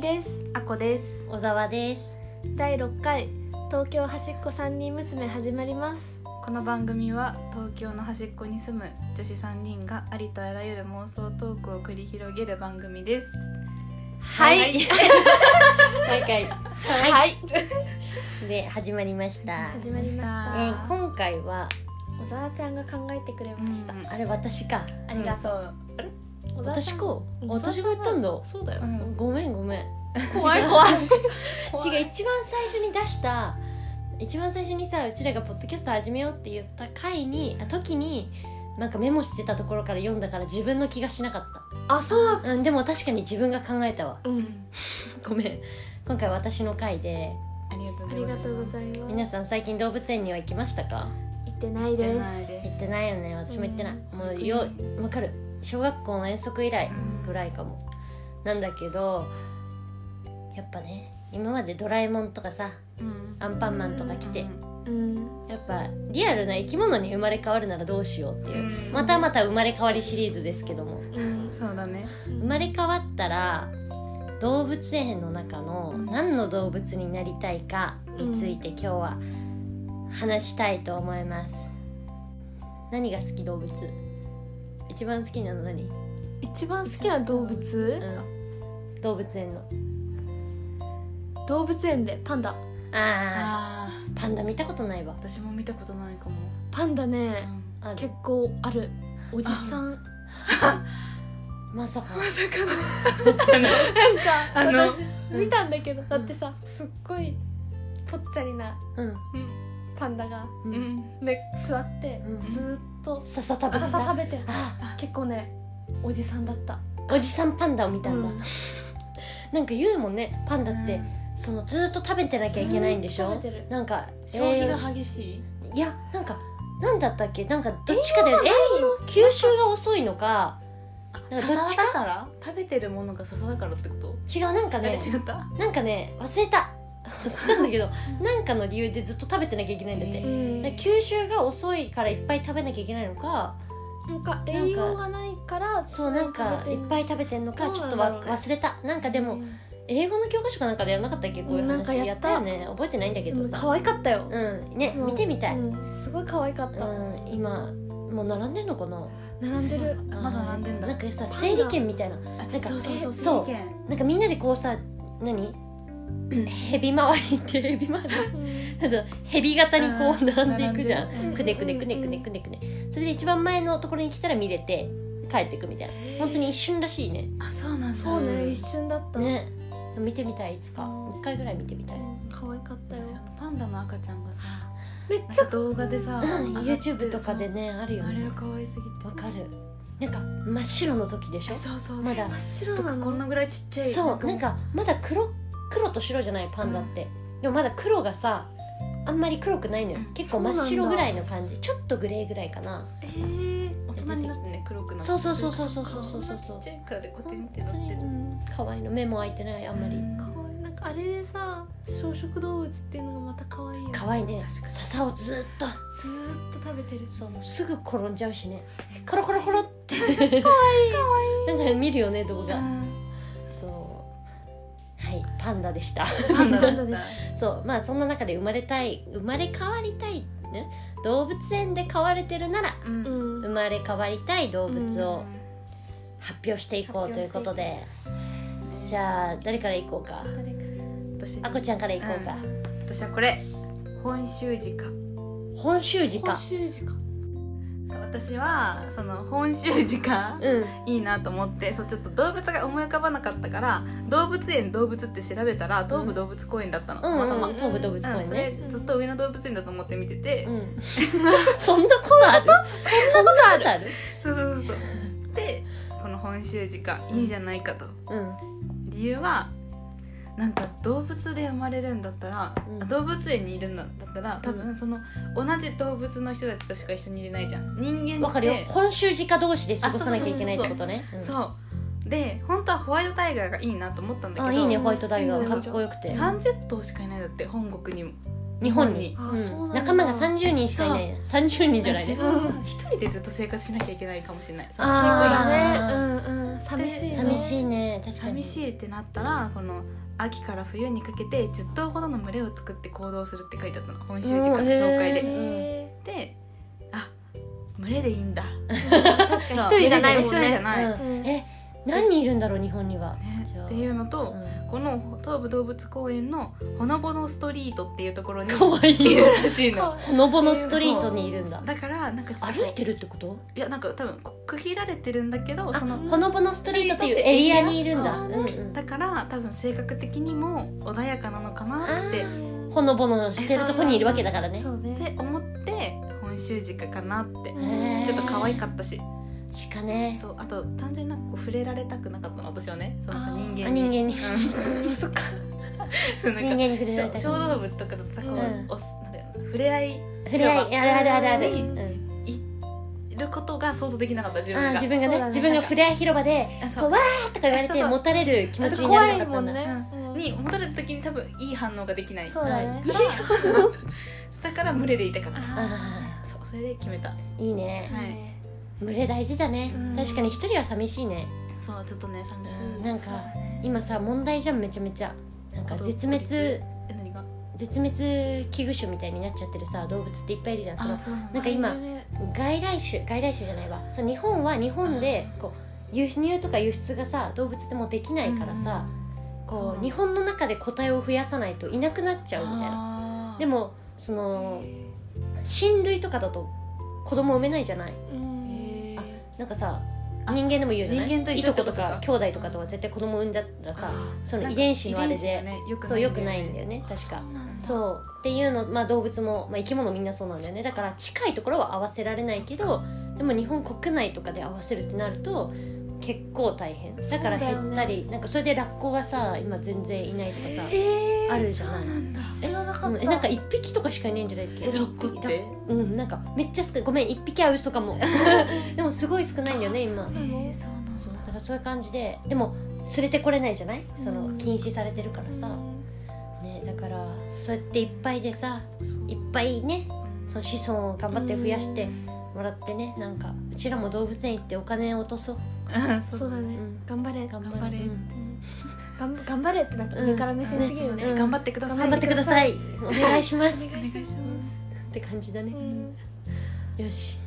ですあこです小沢です第6回東京端っこ三人娘始まりますこの番組は東京の端っこに住む女子3人がありとあらゆる妄想トークを繰り広げる番組ですはい毎回はい、で始まりました、始まりましたえー今回は小沢ちゃんが考えてくれました、うんあれ私かありがとう、小沢私さんかうん私が言ったんだそうだようんごめんごめん怖い 怖い違う一番最初に出した一番最初にさうちらがポッドキャスト始めようって言った回にあ時になんかメモしてたところから読んだから自分の気がしなかっ、あそうだったうん、でも確かに自分が考えたわたううんんごめん今回私の回でありがとうあございりますがとうございます皆さん最近動物園には行きましたか行ってないで行ってないすです行ってないよね私も行ってない、うんもうよわかる小学校の遠足以来うんぐらいかも、なんだけどやっぱね今までドラえもんとかさうんアンパンマンとか来て、うんやっぱリアルな生き物に生まれ変わるならどうしようっていう、うんまたまた生まれ変わりシリーズですけどもうんそうだね生まれ変わったら動物園の中のうん何の動物になりたいかについて今日は話したいと思います何が好き動物一番好きなの何、一番好きな動物、うん、動物園の動物園でパンダあああーパンダ見たことないわ私も見たことないかも、パンダうねんある結構あるおじさん まさかまさかのあ の私見たんだけどだってさすっごいぽっちゃりなうんパンダが う、うんんね座ってうんずーっと笹食べて笹た食べてあ結構ねおじさんだったおじさんパンダを見たんだ、うんなんか言うもんねパンダって、そのずーっと食べてなきゃいけないんでしずーょっと食べてるなんか消費栄養が激しいいやなんかなんだったっけなんかどっちかで栄養の吸収が遅いのかなんかどっちか笹だから食べてるものが笹だからってこと違うなんかあれね違ったなんかね忘れた忘れたんだけどなんかの理由でずっと食べてなきゃいけないんだって、えーだから吸収が遅いからいっぱい食べなきゃいけないのかなんか栄養がないからそうなんかいっぱいい食べてんのかどうちなょんっとだろうわね忘れたなんかでも英語の教科書かなんかでやんなかったっけこういうなんか話ややっったたよね覚えてないんだけどさ可愛かったようんねうん見てみたい、うんうんすごい可愛かった今もう並んでんのかな並んでるまだ並んでんだなんかさ整理券みたいなななんかそうそうそうえそう整理券なんかみんなでこうさ何ヘビ回りって ヘビ回りあとヘビ型にこう並んでいくじゃん並くでるねくねくねくねくねくねそれで一番前のところに来たら見れて帰ってくみたいな本当に一瞬らしいねあそうなんだそううねん一瞬だったね見てみたいいつかうん一回ぐらい見てみたいうん可愛かったよ私あのパンダの赤ちゃんがさめっなんちゃか動画でさ、うん上がってる YouTube とかでねあるそうよあれねは可愛すぎてわかるなんか真っ白の時でしょえそうそうまだ真っ白となかこんのなぐらいちっちゃいそうなんかまだ黒黒と白じゃないパンダって、でもまだ黒がさあんまり黒くないのようん結構真っ白ぐらいのそうな感んだじちょっとグレーぐらいかなえー大人になってね黒くなってそうそうそうそうそうそうそうこんなちっちゃいからでコテンってなってる可愛いの目も開いてないあんまりうん可愛いなんかあれでさ草食動物っていうのがまた可愛いよね可愛いね確かに笹をずっとずーっと食べてるそうすぐ転んじゃうしねコロコロコロって 可愛いなんか見るよね動画、うんそうはいパンダでした パンダだパンっダたそうまあそんな中で生まれたい生まれ変わりたい、ね、動物園で飼われてるならううん生んまれ変わりたい動物そを発表していこうということで、じゃあ誰からいこうか誰かう私あこちゃんからいこうか、私はこれ本州鹿本州今鹿週時間私はその本州鹿うんいいなと思って そうちょっと動物が思い浮かばなかったから動物園動物って調べたら東武動物公園だったの、うんたまたま、うん東武動物う公ん園そねれずっと上野動物園だと思って見てて、うん そんなことあるそんなことあるそうそうそうそうでこの本州鹿いいじゃないかとうん理由はなんか動物で生まれるんだったら、うんあ動物園にいるんだったら多分その同じ動物の人たちとしか一緒にいれないじゃん人間わっかるよて本州鹿同士で過ごさなきゃいけないってことねうんそうで本当はホワイトタイガーがいいなと思ったんだけどあいいねホワイトタイガうーんかっこよくて30頭しかいないんだって本国にも日本に日本にあそうなんだ仲間が30人しかいないな30人じゃない自ね分一人でずっと生活しなきゃいけないかもしれないそうあーだねうんうん寂しいでね寂しいね確かに寂しいってなったらこの秋から冬にかけて10頭ほどの群れを作って行動するって書いてあったの本州時間の紹介うんで。へであ群れでいいんだー確かに一人じゃないもん一人じゃねない、うねうんんえ何人いるんだろう日本にはじゃあっていうのと、うんこの東武動物公園のほのぼのストリートっていうところにかわいいいるらしいかのほのぼのストリートにいるんだだからなんかちょっと歩いてるってこといやなんか多分こ区切られてるんだけどあそのほのぼのストリートっていうエリアにいるんだそううんねうんだから多分性格的にも穏やかなのかなってほのぼのしてるとこにいるわけだからねそうねで思って本州鹿かなってそうねちょっと可愛かったし鹿ねそうあと単純になんかこう触れられたくなかったの私はねそのあー人あ間人に間に うんそっか そうなん人か間に触れられた小動物とかだとさこう、うんおすなんだよな触れ合い触れ合いあるあるあるある、うんうんることが想像できなかった自あ分ーが自分がそうねだね自分が触れ合い広場であそこううわーとか言われそうてそう持たれる気ちょ持っちとにな怖らないかっもたんんだ、ねに持たれた時に多分いい反応ができないそうだねからだから群れでいたかったあそうそれで決めたーいいねはい群れ大事だねうん確かに一人は寂しいねそうちょっとね寂しうんいなんか今さ問題じゃんめちゃめちゃなんか絶滅え何が絶滅危惧種みたいになっちゃってるさ動物っていっぱいいるじゃんそのそうなんだなんか今外来種外来種じゃないわそう日本は日本でこう輸入とか輸出がさ動物ってもうできないからさ、そうなんこだう日本の中で個体を増やさないといなくなっちゃうみたいななでもその親類とかだと子供産めないじゃないうんなんかさあ人間でも言うじゃない人間と一緒いっとてここととかか兄弟とかとは絶対子供産んだったらさその遺伝子のあれで、そうよくないんだよね確かうそうっていうの、まあ、動物も、まあ、生き物みんなそうなんだよねだから近いところは合わせられないけどでも日本国内とかで合わせるってなると結構大変だからそうだよ減ねったり、なんかそれでラッコがさ今全然いないとかさ、えあるじゃないそうなんだ知らなかうっんたえなんか1匹とかしかいないんじゃないっけえラッコってうんなんかめっちゃ少ないごめん1匹は嘘 かもでもすごい少ないんだよね今えそうなんだそうだからそういう感じででも連れてこれないじゃないそのうん禁止されてるからさ、ね、だからそうやっていっぱいでさいっぱいねその子孫を頑張って増やしてもらってねなんかうちらも動物園行ってお金を落とそう、うんそそううだうねん頑張れ頑頑張張れれうんうん頑張頑張れってなんか上から目線すぎるよねうん頑張ってください頑張ってくださいお願いしまおす願いしますって感じだねう、んよし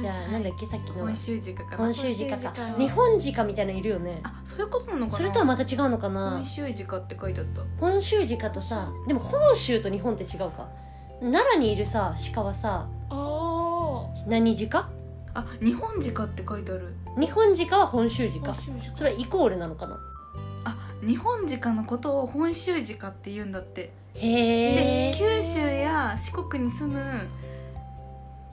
じゃあなんだっけさっきの本州鹿かな本州鹿本か州鹿日本鹿みたいなのいるよねあそういうことなのかなそれとはまた違うのかな本州鹿って書いてあった本州鹿とさでも本州と日本って違うか奈良にいるさ鹿はさあ何鹿あ日本鹿って書いてある日本鹿は本州あ鹿それはイコールなのかなあ日本鹿のことを本州鹿って言うんだってへでえ九州や四国に住む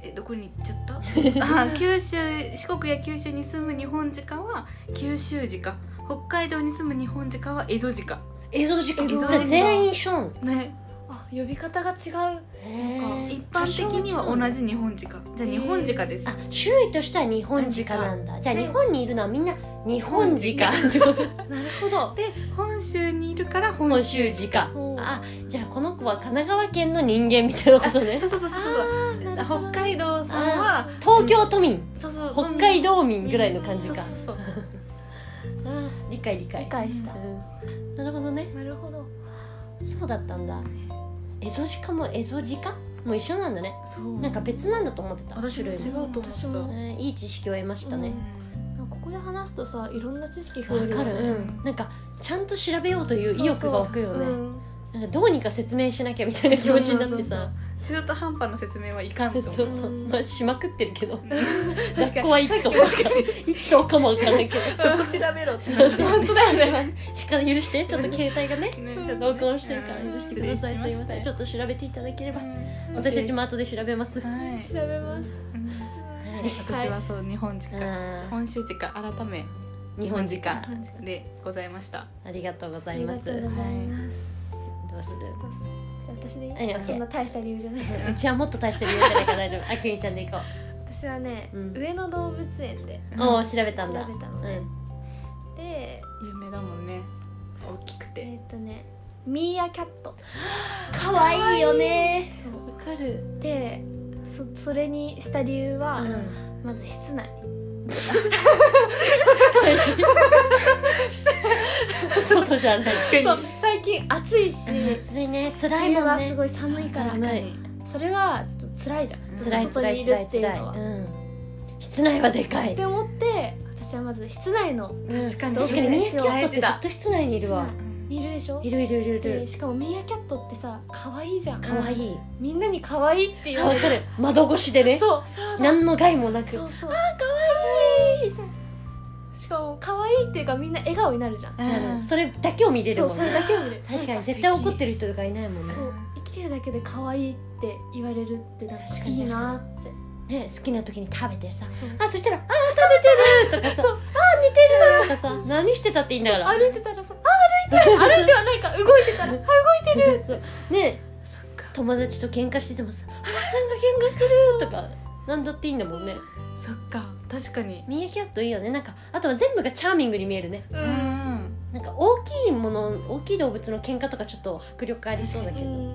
えどこに行っちゃった あ九州四国や九州に住む日本鹿は九州鹿北海道に住む日本鹿は蝦夷鹿エゾジカエゾジカじゃあ全員一緒なのねあ呼び方が違うへー一般的には同じ日本鹿じゃあ日本鹿ですあ種類としては日本鹿なんだじゃあね日本にいるのはみんな日本鹿ってことなるほどで 本州にいるから本本州州鹿うんあじゃあこの子は神奈川県の人間みたいなこと ねそうそうそうそうなるほど北海道さんは東京都民そうそう北海道民ぐらいの感じかそうそうそうあー理解理解理解したうんなるほどねなるほどそうだったんだエゾジカもエゾジカも一緒なんだねそうなんか別なんだと思ってた私種も違類うとも、思って私もたうんいい知識を得ましたね、ここで話すとさいろんな知識増わえるよかねる、うん、なんかちゃんと調べようという意欲が湧くよねうんなんかどうにか説明しなきゃみたいな気持ちになってさ中途半端な説明はいかんとそう思うそううんまあしまくってるけど確か学に校は一頭しか一頭かもわかんないけどそこ調べろってそうそう本当だよねしか許してちょっと携帯がねねちょっと録音してるから許してくださいすいませんちょっっと調べていただければと私たちも後で調べますははい調べますい私はそう日本あ鹿ー本州鹿改め日本時日間本時間でございましたありがとうござあいりまがすとどうござういますするちょっとじゃあ私でいはいい OK そんな大した理由じゃないからうちはもっと大してるよじゃないから大丈夫あきみちゃんで行こ私はね、うん上野動物園でうおお調べたんだ調べたうのねんで有名だもんね大きくえてーっとねミーアキャット可愛いよねそうわかるでそそれにした理由は、うんまず室内外じゃない確そう最近暑いし辛いね辛冬いもんはすねごい寒いから確かにそれはちょっと辛いじゃんうん辛い外辛にいいる辛いっていう辛いのはうん室内はでかいって思って私はまず室内のうん確かに確かにミーアキャットって大事ずだっと室内にいるわいるでしょいるいるいるいでるしかもミーアキャットってさ可愛いじゃん可愛いみんなに可愛いって言あわわれかるる窓越しでねそうそうだ何の害もなくそうそうあ可愛いしかも可愛いっていうかみんな笑顔になるじゃんうんなるそれだけを見れるそうもんそれねだけを見る確かに絶対怒ってる人とかいないもんねそう生きてるだけで可愛いって言われるってなん確かかにいいなってね好きな時に食べてさそうあそしたら「あー食べてる!」とかさ「あー似てる!」とかさ何してたって言いながら歩いてたらさあ 歩いてる歩いてはないか動いてたらあ動いてるそうねそっか友達と喧嘩しててもさ「あらなんか喧嘩してる!」とかなんだっていいんだもんねそっか確かにミーアキャットいいよねなんかあとは全部がチャーミングに見えるねううんなんか大きいもの大きい動物の喧嘩とかちょっと迫力ありそうだけど、ん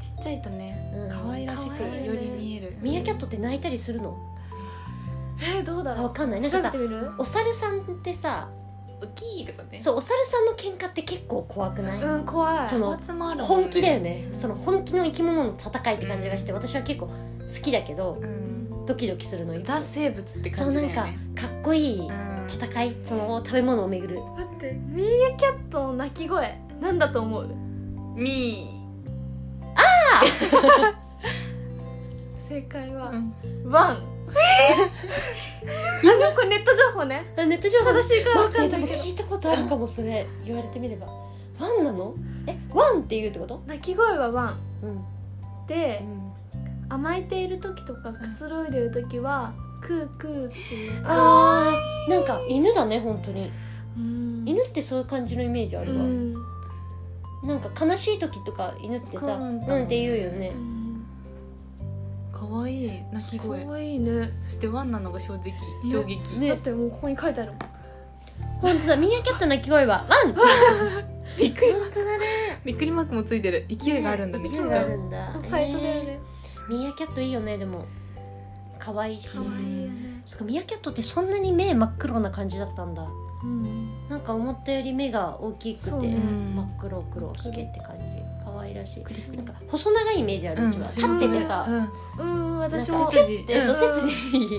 ちっちゃいとねうん可愛らしく可愛いねより見えるミーアキャットって泣いたりするのえーどうだあろわうかんないなんか調べさてみるお猿さんってさ大きいとかねそうお猿さんの喧嘩って結構怖くない、うん怖いそのパーツもあるもんね本気だよねその本気の生き物の戦いって感じがして私は結構好きだけどうんドキドキするのいつもザ生物ってそう感じなだよんねかかっこいいうん戦いその食べ物をめぐる待ってミーアキャットの鳴き声なんだと思うミ正解ーは、ワンあのこれネット情報ねあネット情報正しいから分待かってんないでもけど聞いたことあるかもそれ言われてみればワンなのえワンって言うってこと鳴き声はワンうん、でうん、甘えている時とかくつろいでる時は、クークーっていうあーなんか犬だね本当にうん犬ってそういう感じのイメージあうるわ、んなんか悲しい時とか犬ってさううんんって言うよね可愛い鳴き声可愛いねそしてワンなのが衝撃衝撃だねってもうここに書いてあるもん本当だミーアキャットの鳴き声は ワンびっくり本当だねびっくりマークもついてる勢いがあるんだねき勢いっとがあるんだサイトだよねミーアキャットいいよねでも可愛いし可ね愛いよねそっかミーアキャットってそんなに目真っ黒な感じだったんだうんなんか思ったより目が大きくて、そうね真っ黒黒すげって感じ可愛らしいなんか細長いイメージあるうちは、立っててさ、うんうん私なんもか背筋でんそう背筋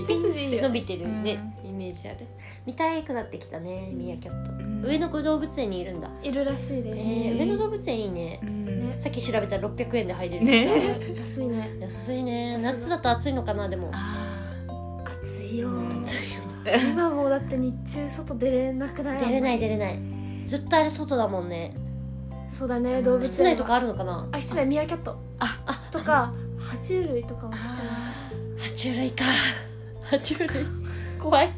背筋いいよ伸びてるね、イメージある見たいくなってきたねミーアキャット、うん上野動物園にいるんだ、いるらしいえです、ー、上野動物園いいねうんねさっき調べたら600円で入れるね安いね安いねさすが夏だと暑いのかなでもあ暑いよ暑いよ今もうだって日中外出れなくない出れない出れないずっとあれ外だもんねそうだね動物園は室内とかあるのかなあ室内ミーアキャットああとか爬虫類とかもー室内あ爬虫類か爬虫類怖い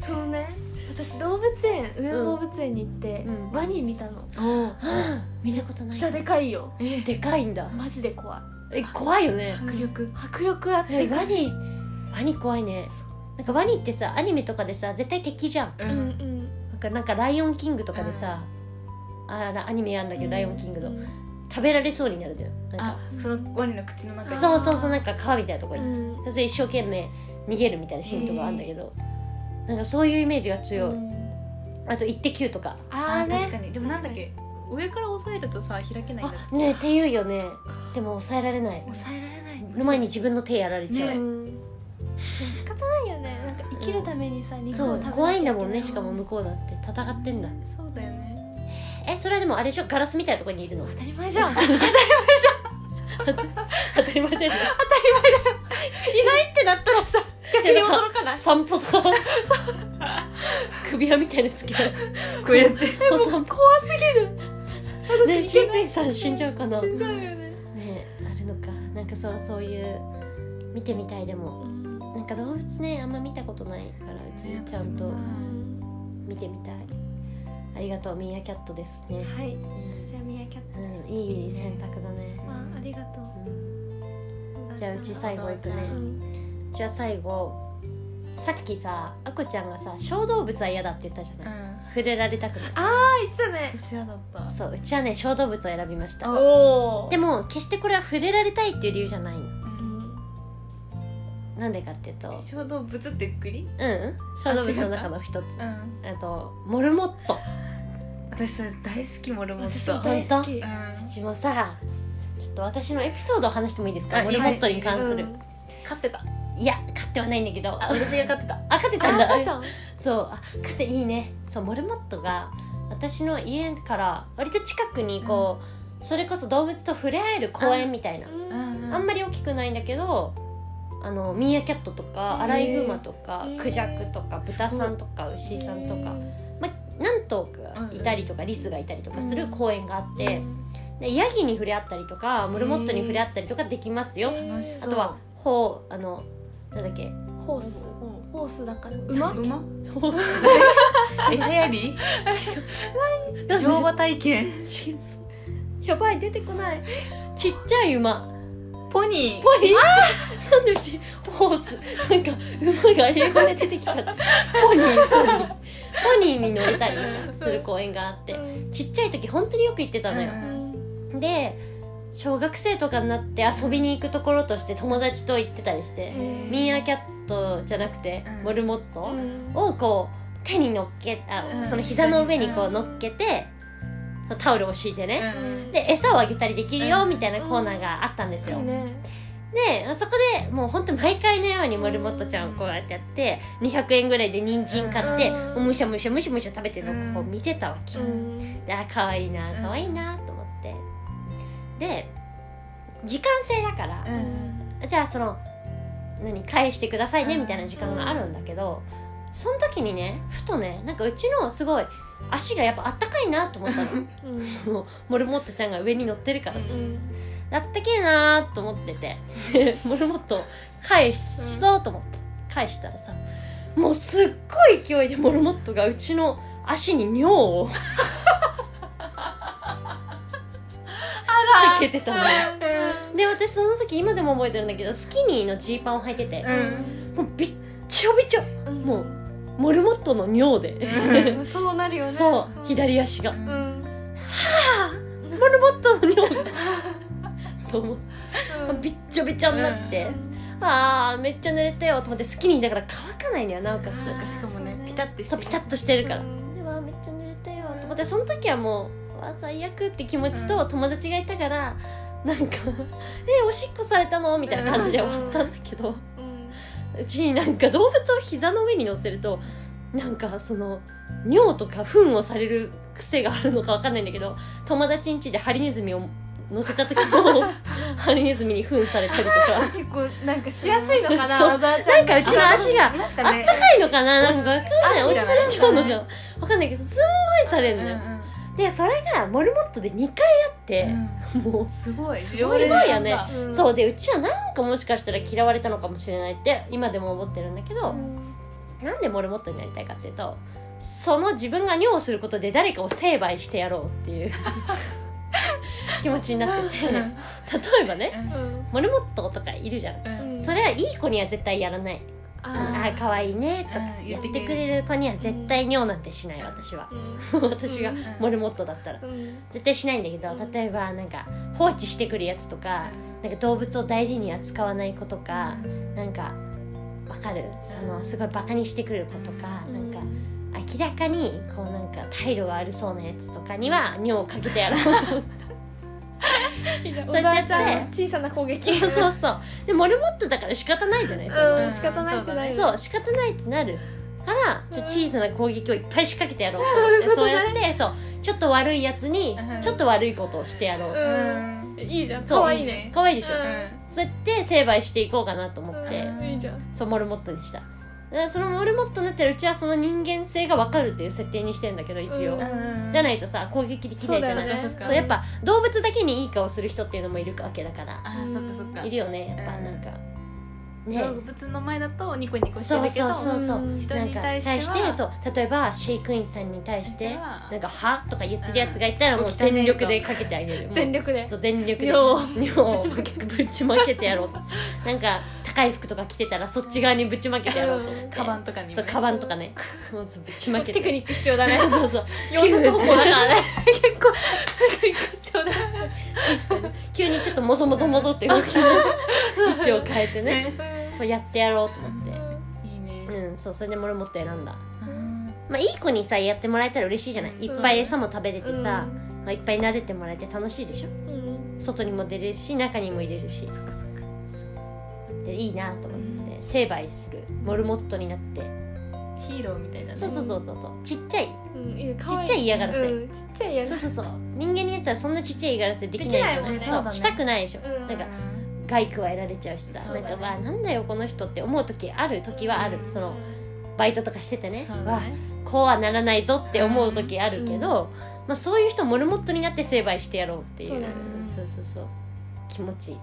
そのね私動物園上野動物園に行って、うんワニ見たのーおー 見たことなめいっちゃでかいよえーでかいんだマジで怖いえ怖いよ ね迫力迫力あっえてワニワニ怖いねなんかワニってさアニメとかでさ絶対敵じゃんううんんなんかなんかライオンキングとかでさ、あらアニメやんだけど、ライオンキングのうん食べられそうになるんだよなんあかそのワニの口の中にそうそうそうなんか川みたいなとこに、うんそれ一生懸命逃げるみたいなシーンとかあるんだけど、なんかそういうイメージが強い、うんあと「イッテ Q!」とかあーあー確かねにでもなんだっけ上から押さえるとさ開けないんだっあねえって言うよねでも抑えられない抑えられないの前に自分の手やられちゃう、ねうんでも仕方ないよねなんか生きるためにさ肉そを食べなきゃいうけ怖いんだもんなねしかも向こうだって戦ってんだそうだよねえそれはでもあれでしょガラスみたいなとこにいる の当たり前じ ゃんいない当たり前だよねってなったらさ逆に驚かない 散歩とか 首輪みたいなつけられてこうやってお散歩怖すぎるねえ私シいンペンさん死んじゃうかな死ねんじゃうよねえあるのかなんかそうそういう見てみたいでもうんなんか動物ねあんま見たことないからうちねちゃんと私も見てみたいありがとうミーアキャットですねはい私はミーアキャットうですんいい選択だねまあありがとううんじゃあうち最後いくねうんじゃあ最後さっきさあこちゃんがさ小動物は嫌だって言ったじゃうんない、あ触れられたくないいつね私嫌だったそううちはね小動物を選びましたおおでも決してこれは触れられたいっていう理由じゃないのうんなんでかっていうと小動物ってゆっくりうんうん小動物の中の一つうんあとモルモット私それ大好きモルモッ私トもう大好きんうちもさちょっと私のエピソードを話してもいいですかあモルモットに関する、うん飼ってたいや飼ってはないんだけど あ私が飼ってた飼ってたんだそうあ飼っていいねそうモルモットが私の家から割と近くにこう、それこそ動物と触れ合える公園みたいなうんあんまり大きくないんだけどあのミーアキャットとかアライグマとかへークジャクとか豚さんとか牛さんとか、まあ、何頭かいたりとかリスがいたりとかする公園があって、でヤギに触れ合ったりとかモルモットに触れ合ったりとかできますよ。楽しそあうとはほうあのなんだっけホースホースだから馬馬ほ う餌やり乗馬体 験やばい出てこないちっちゃい馬ポニーポニーなんでうちホースなんか馬が英語で出てきちゃってポニーポニーポニーに乗れたりする公園があってちっちゃい時本当によく行ってたのよう、で小学生とかになって遊びに行くところとして友達と行ってたりして、ミーアキャットじゃなくて、うんモルモットうんをこう手に乗っけあ、うんその膝の上にこううん乗っけて、タオルを敷いてね、うんで餌をあげたりできるようんみたいなコーナーがあったんですよ、いいねでそこでもう本当毎回のようにモルモットちゃんをこうやってやって200円ぐらいで人参買ってうんもうむしゃむしゃむしゃむしゃ食べてるのをこう見てたわけ、ううんんであ可愛いなうん可愛いなと思ってで時間制だからう、んじゃあその何返してくださいねみたいな時間があるんだけど、その時にねふとねなんかうちのすごい足がやっぱあったかいなと思ったの うんそのモルモットちゃんが上に乗ってるからさうんあったけえなーと思って てモルモットを返そうと思って返したらさもうすっごい勢いでモルモットがうちの足に尿をあらけてたのよで私その時今でも覚えてるんだけどスキニーのジーパンを履いてて、もうびっちょびちょうんもうモルモットの尿でうんそうなるよねそう左足がうモんううんんルモットの尿がと思ってうんびっちょびちょになって、あーめっちゃ濡れたよと思ってスキニーだから乾かないのよなおかそっあかーしかもそうねねピタってつしてそうるピタッ としてるから、うんでわーめっちゃ濡れたよと思ってその時はもうわー最悪って気持ちと友達がいたからなんか「えおしっこされたの?」みたいな感じで終わったんだけどうんうちになんか動物を膝の上に乗せるとなんかその尿とか糞をされる癖があるのかわかんないんだけど友達ん家でハリネズミを乗せた時もハリネズミに糞されたりとか。結構なんかしやすいのか な、そうあざーちゃなんんかうちの足がなんあかっねたかいのかななんかわかんない落落ちち着されちゃうの落ち着かがわかんないけどすんごいされるのよ、でそれがモルモットで2回あって、もすごいす両ごい腕よねなんだううんそうでうちはなんかもしかしたら嫌われたのかもしれないって今でも思ってるんだけど、なんでモルモットになりたいかっていうとその自分が尿をすることで誰かを成敗してやろうって いう気持ちになっててう ん例えばねうんモルモットとかいるじゃんううんんそれはいい子には絶対やらないああ可愛いねとかうんやってくれる子には絶対尿なんてしない私は 私がうんモルモットだったらうん絶対しないんだけどうん例えばなんか放置してくるやつとかなんか動物を大事に扱わない子とかなんかわかるそのすごいバカにしてくる子とかうなんか明らかにこうなんか態度が悪そうなやつとかには尿をかけてやろうおざーちゃんの小さな攻撃そうそうそうでモルモットだから仕方ないじゃないそんなうん仕方ないってないそう仕方ないってなるからちょうん小さな攻撃をいっぱい仕掛けてやろうと思ってそうやってそうちょっと悪いやつにうんちょっと悪いことをしてやろううんいいじゃんそう可愛いね可愛いでしょうんそうやって成敗していこうかなと思ってうんいいじゃんそうモルモットにしただからそのモルモットになってるうちはその人間性が分かるっていう設定にしてんだけど一応うんうんじゃないとさ攻撃できないじゃないそうだよねそっかそうやっぱ動物だけにいい顔する人っていうのもいるわけだからあーそっかそっかいるよねやっぱうんなんかね動物の前だとニコニコしてるそうけどそうそうそううん人なんにか対しては対してそう例えば飼育員さんに対して対してはなんか「は?」とか言ってるやつがいたらうんもう全力でかけてあげる もう全力でそう全力で尿を尿をぶちまけぶちまけてやろうと なんか高い服とか着てたらそっち側にぶちまけてやろうと思ってカバンとかにもねそうカバンとかねもうそうぶちまけてテクニック必要だね そうそう四足歩行だからね結構必要だ急にちょっともぞもぞもぞって動 きの位置を変えてねそうやってやろうと思っいいねてうんそうそれでモルモット選んだうんまあいい子にさやってもらえたら嬉しいじゃないうんいっぱい餌も食べれてさ、まあいっぱい撫でてもらえて楽しいでしょうん外にも出れるし中にも入れるしそっかそっかでいいなと思って、う成敗するモルモットになってヒーローみたいなねそうそうそうそうそうちっちゃいうんいい可愛ちっちゃい嫌がらせうんちっちゃい嫌がそうらそうそう人間にやったらそんなちっちゃい嫌がらせできないじゃないできないもんねそうそうだねしたくないでしょ、うんなんか害加えられちゃうしさそうだなんねかわあなんだよこの人って思う時ある時はある、うんそのバイトとかしててねそうわだあねこうはならないぞって思う時あるけど、まあ、そういう人モルモットになって成敗してやろうっていうそうだねそうそうそう気持ちいいうん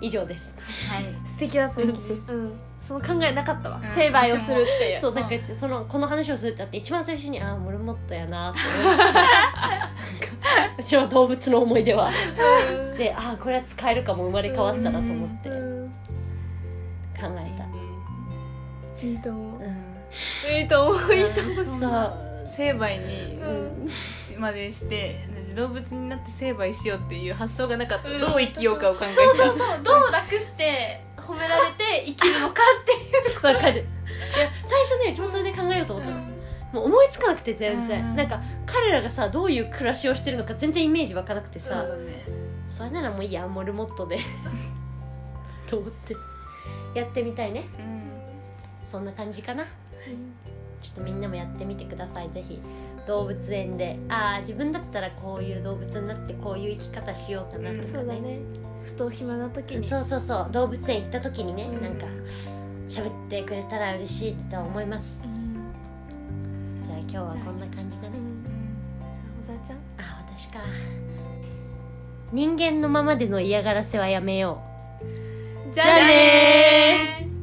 以上ですはい素敵だった素敵ですうんその考えなかったわうん成敗をするっていうそそううなんかそのこの話をするってあって一番最初にああモルモットやなって思ってうちの動物の思い 出はうんでああこれは使えるかも生まれ変わったらと思ってう考んえた、いいと思ううんいいと思ういいと思うそうそう成敗にうんまでして私動物になって成敗しようっていう発想がなかった、うんどう生きようかを考えそうたそうそうどう楽して褒められて生きるのかわかるいや最初ねうちもそれで考えようと思ったの、もう思いつかなくて全然、うんなんか彼らがさどういう暮らしをしてるのか全然イメージわかなくてさ、そうだねそれならもういいやモルモットでと思ってやってみたいねうんそんな感じかなちょっとみんなもやってみてくださいぜひ動物園でああ自分だったらこういう動物になってこういう生き方しようかなとかね,、そうだねふと暇な時にそうそうそう動物園行った時にね、うんなんか喋ってくれたら嬉しいとは思いますうんじゃあ今日はこんな感じだうねん小沢ちゃんあ私か人間のままでの嫌がらせはやめようじゃあねー